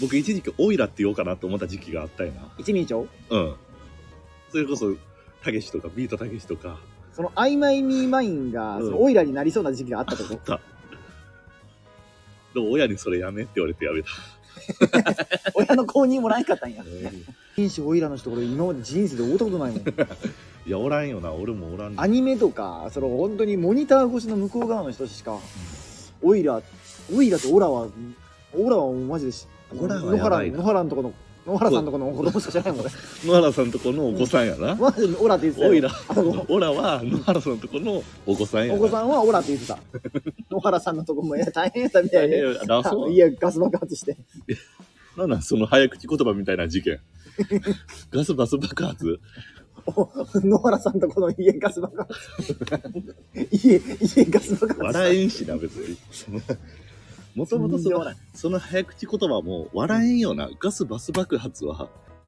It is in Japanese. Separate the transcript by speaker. Speaker 1: 僕一時期オイラって言おうかなと思った時期があったよな。
Speaker 2: 一人称
Speaker 1: うん。それこそ、たけしとか、ビートたけしとか、
Speaker 2: その曖昧ミーマインが、
Speaker 1: うん
Speaker 2: そのオイラになりそうな時期があっ たこと
Speaker 1: でも親にそれやめって言われてやめた。
Speaker 2: 親の公認もらえんかったんや天使オイラの人俺今まで人生で会ったことないもん
Speaker 1: いや、おらんよな、俺もおらんね
Speaker 2: アニメとかその本当にモニター越しの向こう側の人しかオイラオイラとオラはオラはもうマジでし
Speaker 1: オラは
Speaker 2: 野
Speaker 1: やば
Speaker 2: 原
Speaker 1: いな
Speaker 2: 野原のとこの野原さんとこの子供しか知らないも ん俺
Speaker 1: 野原さんとこのお子さんやな。
Speaker 2: マジでオラって言ってたよ
Speaker 1: オイラ
Speaker 2: あの、
Speaker 1: オラは野原さんとこのお子さんやな。
Speaker 2: お子さんはオラって言ってた野原さんのとこもいや大変やったみたい
Speaker 1: いやい
Speaker 2: で
Speaker 1: やあそう
Speaker 2: いやガス爆発して
Speaker 1: なんなんその早口言葉みたいな事件。 ガスバス爆発
Speaker 2: お野原さんとこの家ガス爆発家家ガス爆発
Speaker 1: 笑えんしな、別 に。もともとそ
Speaker 2: 全然
Speaker 1: の
Speaker 2: 笑
Speaker 1: その早口言葉も笑えんよな。ガスバス爆発は